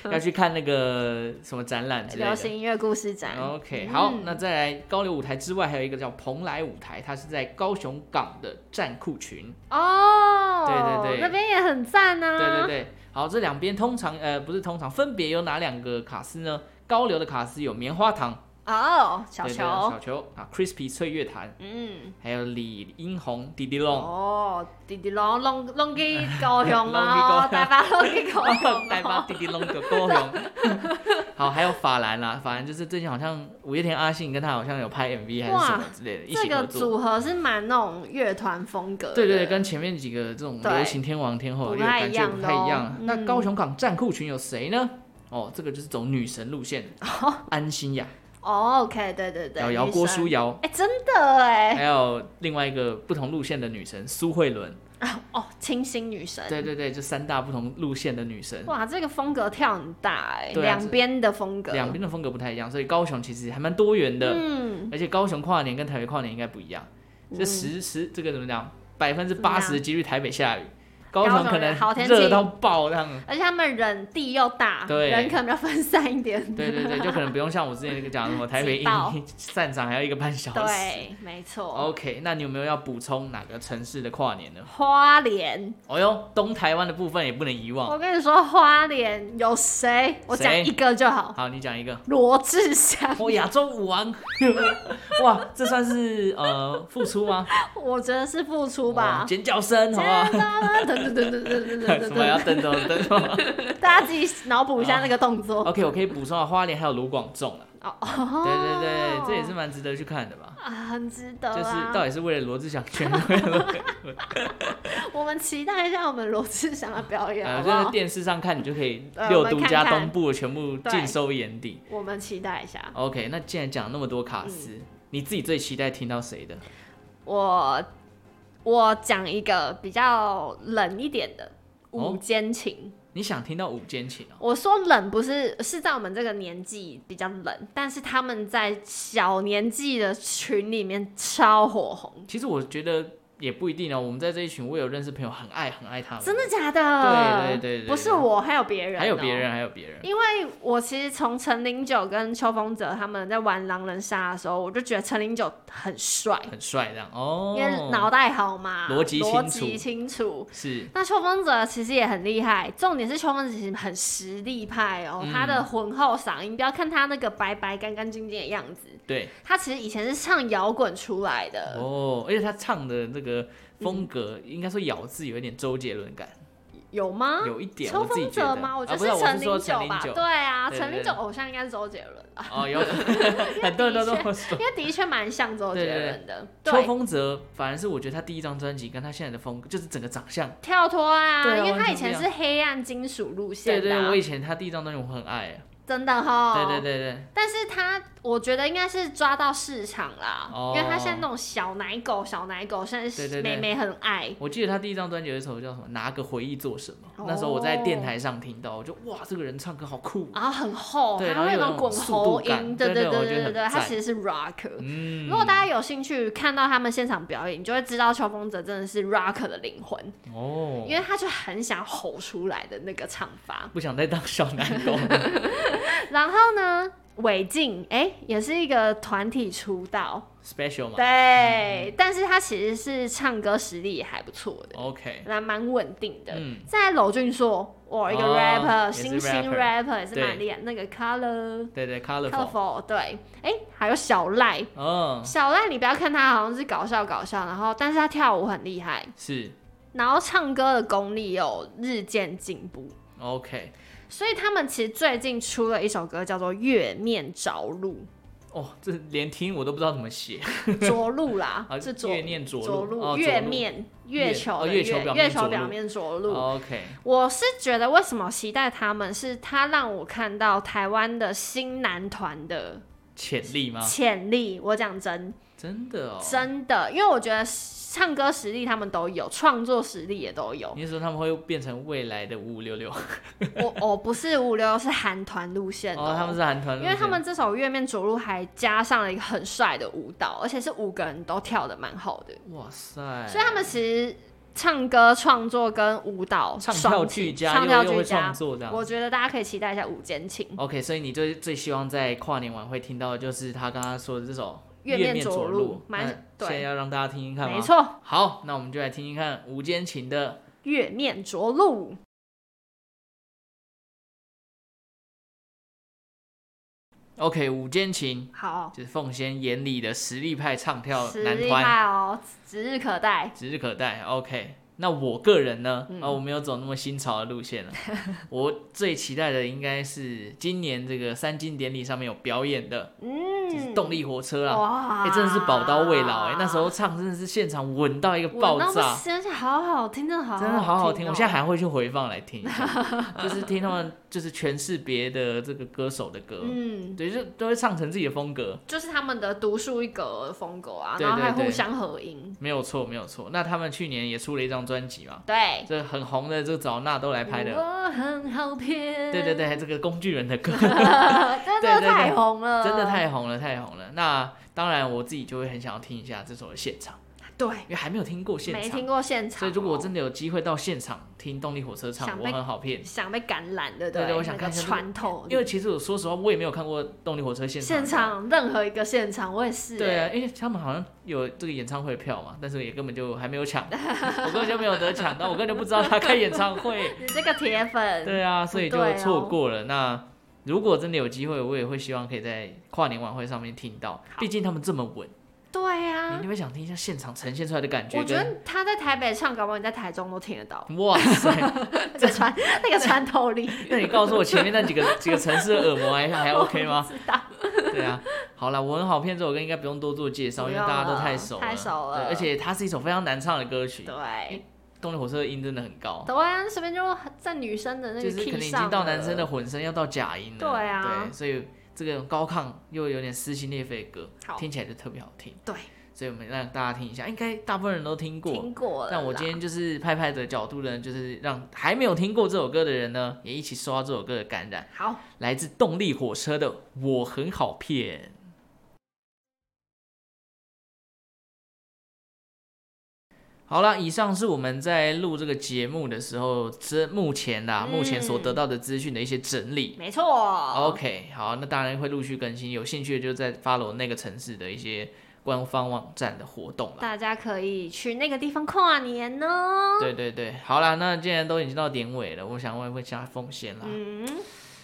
Speaker 1: 要去看那个什么展览之类
Speaker 2: 流
Speaker 1: 的。
Speaker 2: 行音乐故事展，
Speaker 1: OK，好，
Speaker 2: 嗯
Speaker 1: 那再来高流舞台之外，还有一个叫蓬莱舞台，它是在高雄港的战库群。
Speaker 2: 哦，
Speaker 1: 对对对
Speaker 2: 那边也很赞啊，
Speaker 1: 对对对，好，这两边通常呃不是通常，分别有哪两个卡司呢？高流的卡司有棉花糖、
Speaker 2: 哦，小
Speaker 1: 对对
Speaker 2: 球
Speaker 1: 小，球啊，Crispy 翠月潭，
Speaker 2: 嗯，
Speaker 1: 还有李英红、迪迪龙。
Speaker 2: 哦，弟弟龙龙龙给高
Speaker 1: 拢去
Speaker 2: 雄
Speaker 1: 高
Speaker 2: 啊，
Speaker 1: 雄
Speaker 2: 大巴龙给高 雄
Speaker 1: 带把
Speaker 2: 啊，
Speaker 1: 弟弟龙的高雄，好，还有法兰啦，法兰就是最近好像五月天阿信跟他好像有拍 MV 还是什么之类的，一
Speaker 2: 这
Speaker 1: 起合
Speaker 2: 个
Speaker 1: 作。
Speaker 2: 组合是蛮那种乐团风格的，
Speaker 1: 对对对，跟前面几个这种流行天王天后有
Speaker 2: 对
Speaker 1: 点感觉不
Speaker 2: 不
Speaker 1: 太
Speaker 2: 太
Speaker 1: 一样
Speaker 2: 一样。的哦嗯
Speaker 1: 那高雄港战库群有谁呢？哦，这个就是走女神路线的，安心雅、
Speaker 2: 哦，OK，对对对，
Speaker 1: 瑶瑶、
Speaker 2: 女
Speaker 1: 郭
Speaker 2: 生
Speaker 1: 书，瑶，
Speaker 2: 哎，真的哎，
Speaker 1: 还有另外一个不同路线的女神苏慧伦。
Speaker 2: 哦，清新女神，
Speaker 1: 对对对，就三大不同路线的女神，
Speaker 2: 哇，这个风格跳很大哎，
Speaker 1: 对啊
Speaker 2: 两边的风格，
Speaker 1: 两边的风格不太一样，所以高雄其实还蛮多元的。
Speaker 2: 嗯，
Speaker 1: 而且高雄跨年跟台北跨年应该不一样，这十十这个怎么讲？百分之八十的几率台北下雨，高
Speaker 2: 高
Speaker 1: 雄
Speaker 2: 雄
Speaker 1: 可
Speaker 2: 人
Speaker 1: 能
Speaker 2: 好天气
Speaker 1: 热到爆这样。
Speaker 2: 而且他们人地又大，
Speaker 1: 对
Speaker 2: 人可能比较分散一点。
Speaker 1: 对 对对，就可能不用像我之前讲什么台北
Speaker 2: 挤
Speaker 1: 一
Speaker 2: 爆
Speaker 1: 散场还要一个半小时。
Speaker 2: 对，没错。
Speaker 1: OK，那你有没有要补充哪个城市的跨年呢？
Speaker 2: 花莲，
Speaker 1: 哦哟，东台湾的部分也不能遗忘。
Speaker 2: 我跟你说，花莲有谁？我讲
Speaker 1: 谁
Speaker 2: 一个就好，
Speaker 1: 好，你讲一个。
Speaker 2: 罗志祥。
Speaker 1: 哦，亚洲舞王， 哇，这算是呃付出吗？
Speaker 2: 我觉得是付出
Speaker 1: 哇
Speaker 2: 吧。
Speaker 1: 尖叫声，好不好？
Speaker 2: 噔噔噔噔噔噔 噔
Speaker 1: 什么要
Speaker 2: 噔
Speaker 1: 等等等等
Speaker 2: 噔，大家自己脑补一下那个动作。
Speaker 1: ？OK，我可以补充啊，花莲还有卢广仲了。
Speaker 2: 哦，
Speaker 1: 对
Speaker 2: 对
Speaker 1: 对对，这也是蛮值得去看的吧？
Speaker 2: 啊，很值得
Speaker 1: 就是
Speaker 2: 啊。
Speaker 1: 到底是为了罗志祥圈，为了
Speaker 2: 我们期待一下我们罗志祥的表演，
Speaker 1: 呃，
Speaker 2: 好不
Speaker 1: 就是
Speaker 2: 好？
Speaker 1: 电视上看，你就可以
Speaker 2: 呃我
Speaker 1: 六
Speaker 2: 们
Speaker 1: 都
Speaker 2: 看
Speaker 1: 加
Speaker 2: 看
Speaker 1: 东部全部尽收眼底。
Speaker 2: 我们期待一下。
Speaker 1: OK，那既然讲那么多
Speaker 2: 嗯
Speaker 1: 卡司，你自己最期待听到谁的？
Speaker 2: 我我讲一个比较冷一点的
Speaker 1: 哦
Speaker 2: 午间情。
Speaker 1: 你想听到午间情哦？
Speaker 2: 我说冷不是是在我们这个年纪比较冷，但是他们在小年纪的群里面超火红，
Speaker 1: 其实我觉得也不一定哦。我们在这一群，我有认识朋友很爱很爱他们，
Speaker 2: 真的假的？
Speaker 1: 哦对对对对
Speaker 2: 不是我，还有别人、哦
Speaker 1: 还有别人，。还有别人。
Speaker 2: 因为我其实从陈零九跟邱风泽他们在玩狼人杀的时候，我就觉得陈零九很帅，
Speaker 1: 很帅这样哦，
Speaker 2: 因为脑袋好嘛，
Speaker 1: 逻辑清楚
Speaker 2: 逻辑清楚。
Speaker 1: 是
Speaker 2: 那邱风泽其实也很厉害，重点是邱风泽其实很实力派哦，
Speaker 1: 嗯
Speaker 2: 他的浑厚嗓音，不要看他那个白白干干净净的样子，
Speaker 1: 对
Speaker 2: 他其实以前是唱摇滚出来的，
Speaker 1: 哦，而且他唱的那个风格，应该说咬字有一点周杰伦感，
Speaker 2: 有吗？
Speaker 1: 有一点
Speaker 2: 邱
Speaker 1: 我自己
Speaker 2: 啊风
Speaker 1: 觉
Speaker 2: 泽
Speaker 1: 得
Speaker 2: 吗？我
Speaker 1: 啊
Speaker 2: 觉
Speaker 1: 不是
Speaker 2: 得
Speaker 1: 我
Speaker 2: 陈
Speaker 1: 是说
Speaker 2: 零
Speaker 1: 陈
Speaker 2: 九
Speaker 1: 零
Speaker 2: 吧，
Speaker 1: 九
Speaker 2: 对啊，
Speaker 1: 对对
Speaker 2: 陈零
Speaker 1: 对
Speaker 2: 九偶像应该是周杰伦啊，
Speaker 1: 哦，有 很多人都这么说。
Speaker 2: 因为的确蛮像周杰伦的，
Speaker 1: 秋
Speaker 2: 对，
Speaker 1: 风泽反而是我觉得他第一张专辑跟他现在的风格，就是整个长相。
Speaker 2: 跳脱啊，
Speaker 1: 对啊
Speaker 2: 因为他以
Speaker 1: 完全
Speaker 2: 前
Speaker 1: 不一
Speaker 2: 是黑暗金属路
Speaker 1: 对
Speaker 2: 线的
Speaker 1: 对，
Speaker 2: 啊、
Speaker 1: 我以前他第一张专辑我很爱，啊
Speaker 2: 真的哈，
Speaker 1: 对对对对，
Speaker 2: 但是他，我觉得应该是抓到市场啦，
Speaker 1: 哦
Speaker 2: 因为他现在那种小奶狗、小奶狗，现
Speaker 1: 对
Speaker 2: 在
Speaker 1: 对对
Speaker 2: 妹妹很爱。
Speaker 1: 我记得他第一张专辑有一首叫什么“拿个回忆做什么”，
Speaker 2: 哦
Speaker 1: 那时候我在电台上听到，我就哇，这个人唱歌好酷。啊
Speaker 2: 然后很厚，
Speaker 1: 对
Speaker 2: 它会有
Speaker 1: 然后
Speaker 2: 那
Speaker 1: 有
Speaker 2: 种滚喉
Speaker 1: 那种速
Speaker 2: 音，
Speaker 1: 度感对
Speaker 2: 对
Speaker 1: 对我觉得
Speaker 2: 对对
Speaker 1: 很
Speaker 2: 对，
Speaker 1: 赞
Speaker 2: 它其实是 rock。
Speaker 1: 嗯，
Speaker 2: 如果大家有兴趣看到他们现场表演，你就会知道秋风者真的是 rock 的灵魂，
Speaker 1: 哦，
Speaker 2: 因为他就很想吼出来的那个唱法。
Speaker 1: 不想再当小奶 狗。
Speaker 2: 然后呢，韦静哎，也是一个团体出道，
Speaker 1: special 嘛。
Speaker 2: 对，
Speaker 1: 嗯
Speaker 2: 但是他其实是唱歌实力也还不错的。
Speaker 1: OK，
Speaker 2: 那蛮稳定的。
Speaker 1: 嗯
Speaker 2: 再来娄俊硕，哇，一个
Speaker 1: 哦
Speaker 2: rapper，、
Speaker 1: 也是
Speaker 2: 新兴
Speaker 1: rapper
Speaker 2: rapper 也是
Speaker 1: 对
Speaker 2: 蛮厉害。那个 Color
Speaker 1: 对对，colorful，
Speaker 2: Colorful，对，哎、还有小赖，
Speaker 1: 嗯，
Speaker 2: 小赖你不要看他好像是搞笑搞笑，然后但是他跳舞很厉害，
Speaker 1: 是
Speaker 2: 然后唱歌的功力有日渐进步。
Speaker 1: OK。
Speaker 2: 所以他们其实最近出了一首歌，叫做《月面着陆
Speaker 1: 哦，这连听我都不知道怎么写，》，
Speaker 2: 着陆啦
Speaker 1: 啊，
Speaker 2: 是着
Speaker 1: 月面着陆
Speaker 2: 着
Speaker 1: 哦
Speaker 2: 陆，
Speaker 1: 着陆
Speaker 2: 月面月
Speaker 1: 月
Speaker 2: 球
Speaker 1: 哦
Speaker 2: 的
Speaker 1: 月球表面
Speaker 2: 月球
Speaker 1: 着
Speaker 2: 表
Speaker 1: 陆
Speaker 2: 面着陆。
Speaker 1: OK，
Speaker 2: 我是觉得为什么期待他们，是他让我看到台湾的新男团的
Speaker 1: 潜力吗？
Speaker 2: 潜力。我讲真
Speaker 1: 真的啊哦，
Speaker 2: 真的，因为我觉得唱歌实力他们都有，创作实力也 都有。
Speaker 1: 你是说他们会变成未来的五五六六？
Speaker 2: 我我不是五六，是韩团路线
Speaker 1: 哦，他们是韩团路
Speaker 2: 因
Speaker 1: 线，
Speaker 2: 为他们这首《月面着陆》还加上了一个很帅的舞蹈，而且是五个人都跳的蛮好的，
Speaker 1: 哇塞，
Speaker 2: 所以他们其实唱歌、创作跟舞蹈
Speaker 1: 唱跳
Speaker 2: 双体
Speaker 1: 俱佳，
Speaker 2: 唱跳
Speaker 1: 又又
Speaker 2: 俱
Speaker 1: 会
Speaker 2: 佳
Speaker 1: 创。作这样。哦
Speaker 2: 我觉得大家可以期待一下《午间情》。
Speaker 1: OK，所以你最最希望在跨年晚会听到的就是他刚刚说的这首《
Speaker 2: 月
Speaker 1: 月
Speaker 2: 面
Speaker 1: 面
Speaker 2: 着
Speaker 1: 着
Speaker 2: 陆
Speaker 1: 陆》，
Speaker 2: 蛮
Speaker 1: 那
Speaker 2: 对
Speaker 1: 现在要让大家听听看吗？
Speaker 2: 没，错，
Speaker 1: 好，那我们就来听听看吴坚琴的
Speaker 2: 月面着陆。
Speaker 1: OK，吴坚琴
Speaker 2: 好，
Speaker 1: 就是奉先眼里的实力派唱跳
Speaker 2: 实
Speaker 1: 男
Speaker 2: 力
Speaker 1: 团，
Speaker 2: 派哦，指日可待。
Speaker 1: 指日可待。OK，那我个人呢，
Speaker 2: 嗯
Speaker 1: 啊，我没有走那么新潮的路线了。 我最期待的应该是今年这个三金典礼上面有表演的，就是
Speaker 2: 嗯，
Speaker 1: 动力火车啦。
Speaker 2: 哇
Speaker 1: 哎、真的是宝刀未老哎、那时候唱真的是现场稳到一个爆
Speaker 2: 闻到
Speaker 1: 炸
Speaker 2: 不，行而且好好听，真的好，
Speaker 1: 真的好好听。
Speaker 2: 哦
Speaker 1: 我现在还会去回放来听一下，就是听他们就是诠释别的这个歌手的歌，
Speaker 2: 嗯，
Speaker 1: 对，就都会唱成自己的风格。
Speaker 2: 就是他们的独树一格的风格啊，
Speaker 1: 对
Speaker 2: 然后还
Speaker 1: 对对
Speaker 2: 互相合音，
Speaker 1: 没有错，没有错。那他们去年也出了一张专辑嘛，
Speaker 2: 对，
Speaker 1: 这很红的，这找纳豆来拍的。
Speaker 2: 我很好骗，
Speaker 1: 对对，对，这个工具人的歌
Speaker 2: 真的
Speaker 1: 对对
Speaker 2: 太红了，
Speaker 1: 真的太红了，太红了。那当然，我自己就会很想要听一下这首的现场。
Speaker 2: 对，
Speaker 1: 因为还没有听过现
Speaker 2: 没
Speaker 1: 场
Speaker 2: 听。过现场哦，
Speaker 1: 所以如果我真的有机会到现场听动力火车唱，
Speaker 2: 想
Speaker 1: 我
Speaker 2: 被
Speaker 1: 很好骗，
Speaker 2: 想被感染，对不
Speaker 1: 对对我想
Speaker 2: 那
Speaker 1: 看
Speaker 2: 个
Speaker 1: 一下这个
Speaker 2: 穿透，
Speaker 1: 因为其实我说实话，我也没有看过动力火车现场。
Speaker 2: 现场任何一个现场，我也是、
Speaker 1: 对
Speaker 2: 欸，
Speaker 1: 啊，因为他们好像有这个演唱会票嘛，但是也根本就还没有抢，我根本就没有得抢到，我根本就不知道他开演唱会。
Speaker 2: 你这个铁粉，
Speaker 1: 对啊，所以
Speaker 2: 对
Speaker 1: 就
Speaker 2: 哦
Speaker 1: 错过了。那如果真的有机会，我也会希望可以在跨年晚会上面听到，毕竟他们这么稳，
Speaker 2: 对
Speaker 1: 你
Speaker 2: 啊
Speaker 1: 你，会想听一下现场呈现出来的感觉。
Speaker 2: 我觉得他在台北唱，搞不好你在台中都听得 到，
Speaker 1: 跟哇塞，
Speaker 2: 那个穿那个穿透力，
Speaker 1: 那你告诉我前面那几个几个城市的耳膜 还还 OK 吗？
Speaker 2: 知道，
Speaker 1: 对啊，好了，我很好骗这首歌应该不用多做介绍，
Speaker 2: 不
Speaker 1: 因为
Speaker 2: 用
Speaker 1: 大家都
Speaker 2: 了
Speaker 1: 太熟了，
Speaker 2: 太熟
Speaker 1: 对
Speaker 2: 了
Speaker 1: 而且它是一首非常难唱的歌曲，
Speaker 2: 对，
Speaker 1: 动力火车的音真的很高。
Speaker 2: 对啊，随便就在女生的那
Speaker 1: 就
Speaker 2: 个
Speaker 1: 是可
Speaker 2: key
Speaker 1: 能已
Speaker 2: 上
Speaker 1: 经
Speaker 2: 了，
Speaker 1: 到男生的混声，要到假音了。
Speaker 2: 对啊
Speaker 1: 对，所以这个高亢又有点撕心裂肺的歌，
Speaker 2: 好
Speaker 1: 听起来就特别好听。
Speaker 2: 对，
Speaker 1: 所以我们让大家听一下，应该大部分人都听过。
Speaker 2: 听过了啦，
Speaker 1: 但我今天就是拍拍的角度呢，就是让还没有听过这首歌的人呢，也一起受到这首歌的感染。
Speaker 2: 好，
Speaker 1: 来自动力火车的《我很好骗》。好啦，以上是我们在录这个节目的时候，这目前啦，
Speaker 2: 嗯
Speaker 1: 目前所得到的资讯的一些整理。
Speaker 2: 没错
Speaker 1: OK，好，那当然会陆续更新，有兴趣的就在 follow 那个城市的一些官方网站的活动啦。
Speaker 2: 大家可以去那个地方跨年呢，
Speaker 1: 对对对，好啦，那既然都已经到点尾了，我想问问一下奉先啦。
Speaker 2: 嗯。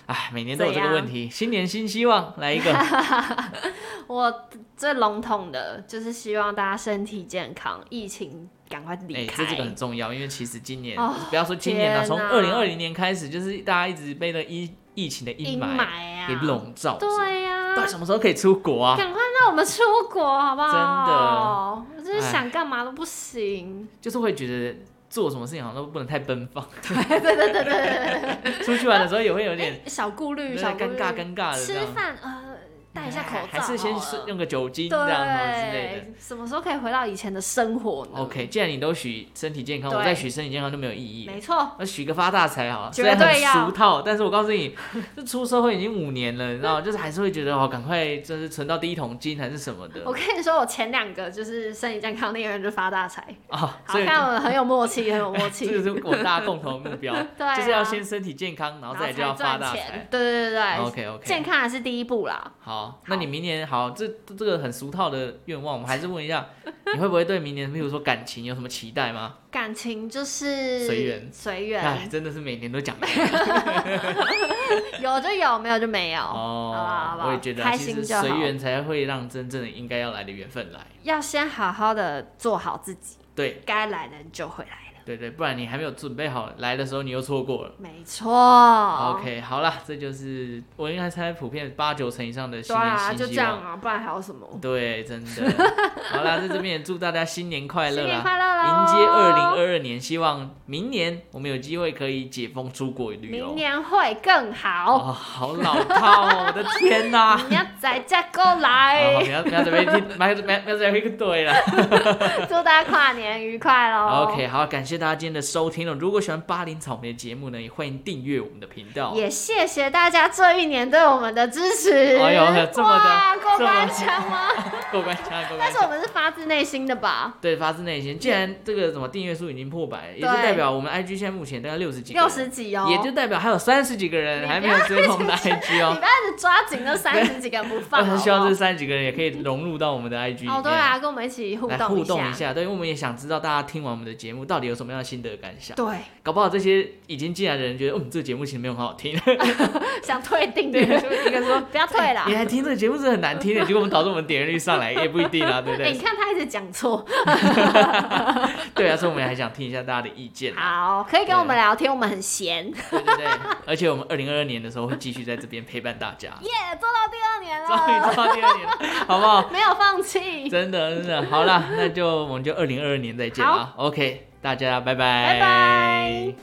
Speaker 1: 哎，每年都有这个问题，新年新希望，来 一个。哎
Speaker 2: 我最笼统的就是希望大家身体健康，疫情赶快离
Speaker 1: 哎、
Speaker 2: 开。
Speaker 1: 这这个很重要，因为其实今年、
Speaker 2: 哦
Speaker 1: 不要说今年了，
Speaker 2: 天
Speaker 1: 从
Speaker 2: 哪
Speaker 1: 二零二零年开始，就是大家一直被那疫疫情的阴
Speaker 2: 阴
Speaker 1: 霾
Speaker 2: 霾啊，
Speaker 1: 给笼罩着。
Speaker 2: 对啊呀、
Speaker 1: 到底什么时候可以出国啊？
Speaker 2: 赶快让我们出国好不好？真的，我就是
Speaker 1: 哎
Speaker 2: 想干嘛都不行。
Speaker 1: 就是会觉得做什么事情好像都不能太奔放，
Speaker 2: 对对对对对
Speaker 1: 出去玩的时候也会有点
Speaker 2: 对，小顾虑，
Speaker 1: 有
Speaker 2: 小
Speaker 1: 点
Speaker 2: 顾虑
Speaker 1: 尴尬尴尬的这
Speaker 2: 吃
Speaker 1: 样。哎
Speaker 2: 饭呃，戴一下口罩好了，
Speaker 1: 还是先用个酒精这样啊之类的。
Speaker 2: 对，什么时候可以回到以前的生活呢
Speaker 1: OK，既然你都许身体健康，
Speaker 2: 嗯对
Speaker 1: 我再许身体健康就没有意义了
Speaker 2: 没。错，
Speaker 1: 那许个发大财好了，虽
Speaker 2: 绝
Speaker 1: 然很
Speaker 2: 对要
Speaker 1: 俗套，但是我告诉你， 这出社会已经五年了，你知 道吗，就是还是会觉得哦，赶快就是存到第一桶金还是什么的
Speaker 2: 我跟你说，我前两个就是身体健康，那个人就发大财。
Speaker 1: 啊，
Speaker 2: 好
Speaker 1: 所以
Speaker 2: 看，我们很有默契，很有默 契。
Speaker 1: 这个是我们大家共同的目标，
Speaker 2: 对啊
Speaker 1: 就是要先身体健康，然后再来就要发
Speaker 2: 赚
Speaker 1: 大
Speaker 2: 钱
Speaker 1: 财。。
Speaker 2: 对对对对
Speaker 1: OK OK，
Speaker 2: 健康还是第一步啦。
Speaker 1: 好，那你明年好，这这个很俗套的愿望，我们还是问一下，你会不会对明年，比如说感情有什么期待吗？
Speaker 2: 感情就是
Speaker 1: 随缘
Speaker 2: 随
Speaker 1: 哎，
Speaker 2: 缘，
Speaker 1: 真的是每年都讲
Speaker 2: 有就有，没有就没有。好不好
Speaker 1: 哦
Speaker 2: 好不，好
Speaker 1: 我也觉得啊
Speaker 2: 开
Speaker 1: 其实
Speaker 2: 心就好
Speaker 1: 随缘才会让真正的应该要来的缘分来。
Speaker 2: 要先好好的做好自己，
Speaker 1: 对，
Speaker 2: 该来的人就会来了。
Speaker 1: 对对，不然你还没有准备好，来的时候你又错过了。
Speaker 2: 没错。
Speaker 1: OK，好啦，这就是我应该猜普遍八九成以上的新
Speaker 2: 对
Speaker 1: 年
Speaker 2: 啊，
Speaker 1: 新
Speaker 2: 就这
Speaker 1: 希
Speaker 2: 样
Speaker 1: 望。
Speaker 2: 啊，不然还有什么？
Speaker 1: 对，真的。 好啦，在这边也祝大家新年快乐
Speaker 2: 新年
Speaker 1: 啦！
Speaker 2: 快乐喽！
Speaker 1: 迎接二零，二二年，希望明年我们有机会可以解封出国旅游。
Speaker 2: 明年会更好。
Speaker 1: 哦，好老套哦！我的天哪、
Speaker 2: 你要在家 过
Speaker 1: 好，
Speaker 2: 来
Speaker 1: 不，要不要这边听，不要不要不要这边对了。
Speaker 2: 祝大家跨年愉快喽
Speaker 1: OK，好，感谢大家今天的收听了。如果喜欢巴林草莓的节目呢，也欢迎订阅我们的频道。
Speaker 2: 也谢谢大家这一年对我们的支持。
Speaker 1: 哎呦这么的
Speaker 2: 哇过
Speaker 1: 这么
Speaker 2: 关枪吗？
Speaker 1: 过关卡，过关
Speaker 2: 但是
Speaker 1: 卡
Speaker 2: 我。们是发自内心的 吧？
Speaker 1: 对，发自内心。既然这个什么订阅数已经破百，也就
Speaker 2: 对
Speaker 1: 代表我们 IG 现在目前大概六十几个
Speaker 2: 六
Speaker 1: 人，
Speaker 2: 十几哦，
Speaker 1: 也就代表还有三十几个人还没有追踪我们的 IG
Speaker 2: 你
Speaker 1: 哦。
Speaker 2: 不要一直抓紧那三十几个人 不
Speaker 1: 我
Speaker 2: 放。
Speaker 1: 很希望这
Speaker 2: 好
Speaker 1: 三十几个人也可以融入到我们的 IG 里
Speaker 2: 不
Speaker 1: 面，
Speaker 2: 好哦，对啊，跟我们一起互
Speaker 1: 来
Speaker 2: 动
Speaker 1: 互动一。下。对，因为我们也想知道大家听完我们的节目到底有什么样的心得感想。
Speaker 2: 对，
Speaker 1: 搞不好这些已经进来的人觉得，嗯，这个节目其实没有很好听，
Speaker 2: 想退订
Speaker 1: 对，
Speaker 2: 阅，
Speaker 1: 就应该说。
Speaker 2: 不要退啦哎
Speaker 1: 你。还听这个节目是很难听的，结果我们导致我们点阅率上来也不一定啊，对不
Speaker 2: 哎，
Speaker 1: 对
Speaker 2: 你？看他一直讲错。
Speaker 1: 对啊，所以我们还想听一下大家的意见啊。
Speaker 2: 好，可以跟我们聊天，我们很闲。耶，
Speaker 1: 对对对，而且我们二零二二年的时候会继续在这边陪伴大 家，
Speaker 2: 做到第二年
Speaker 1: 终于
Speaker 2: 了，
Speaker 1: 做到第二年了，好不好？
Speaker 2: 没有放弃。
Speaker 1: 真的真的，好啦，那就我们就二零二二年再见啊。OK，大家拜拜，
Speaker 2: 拜拜。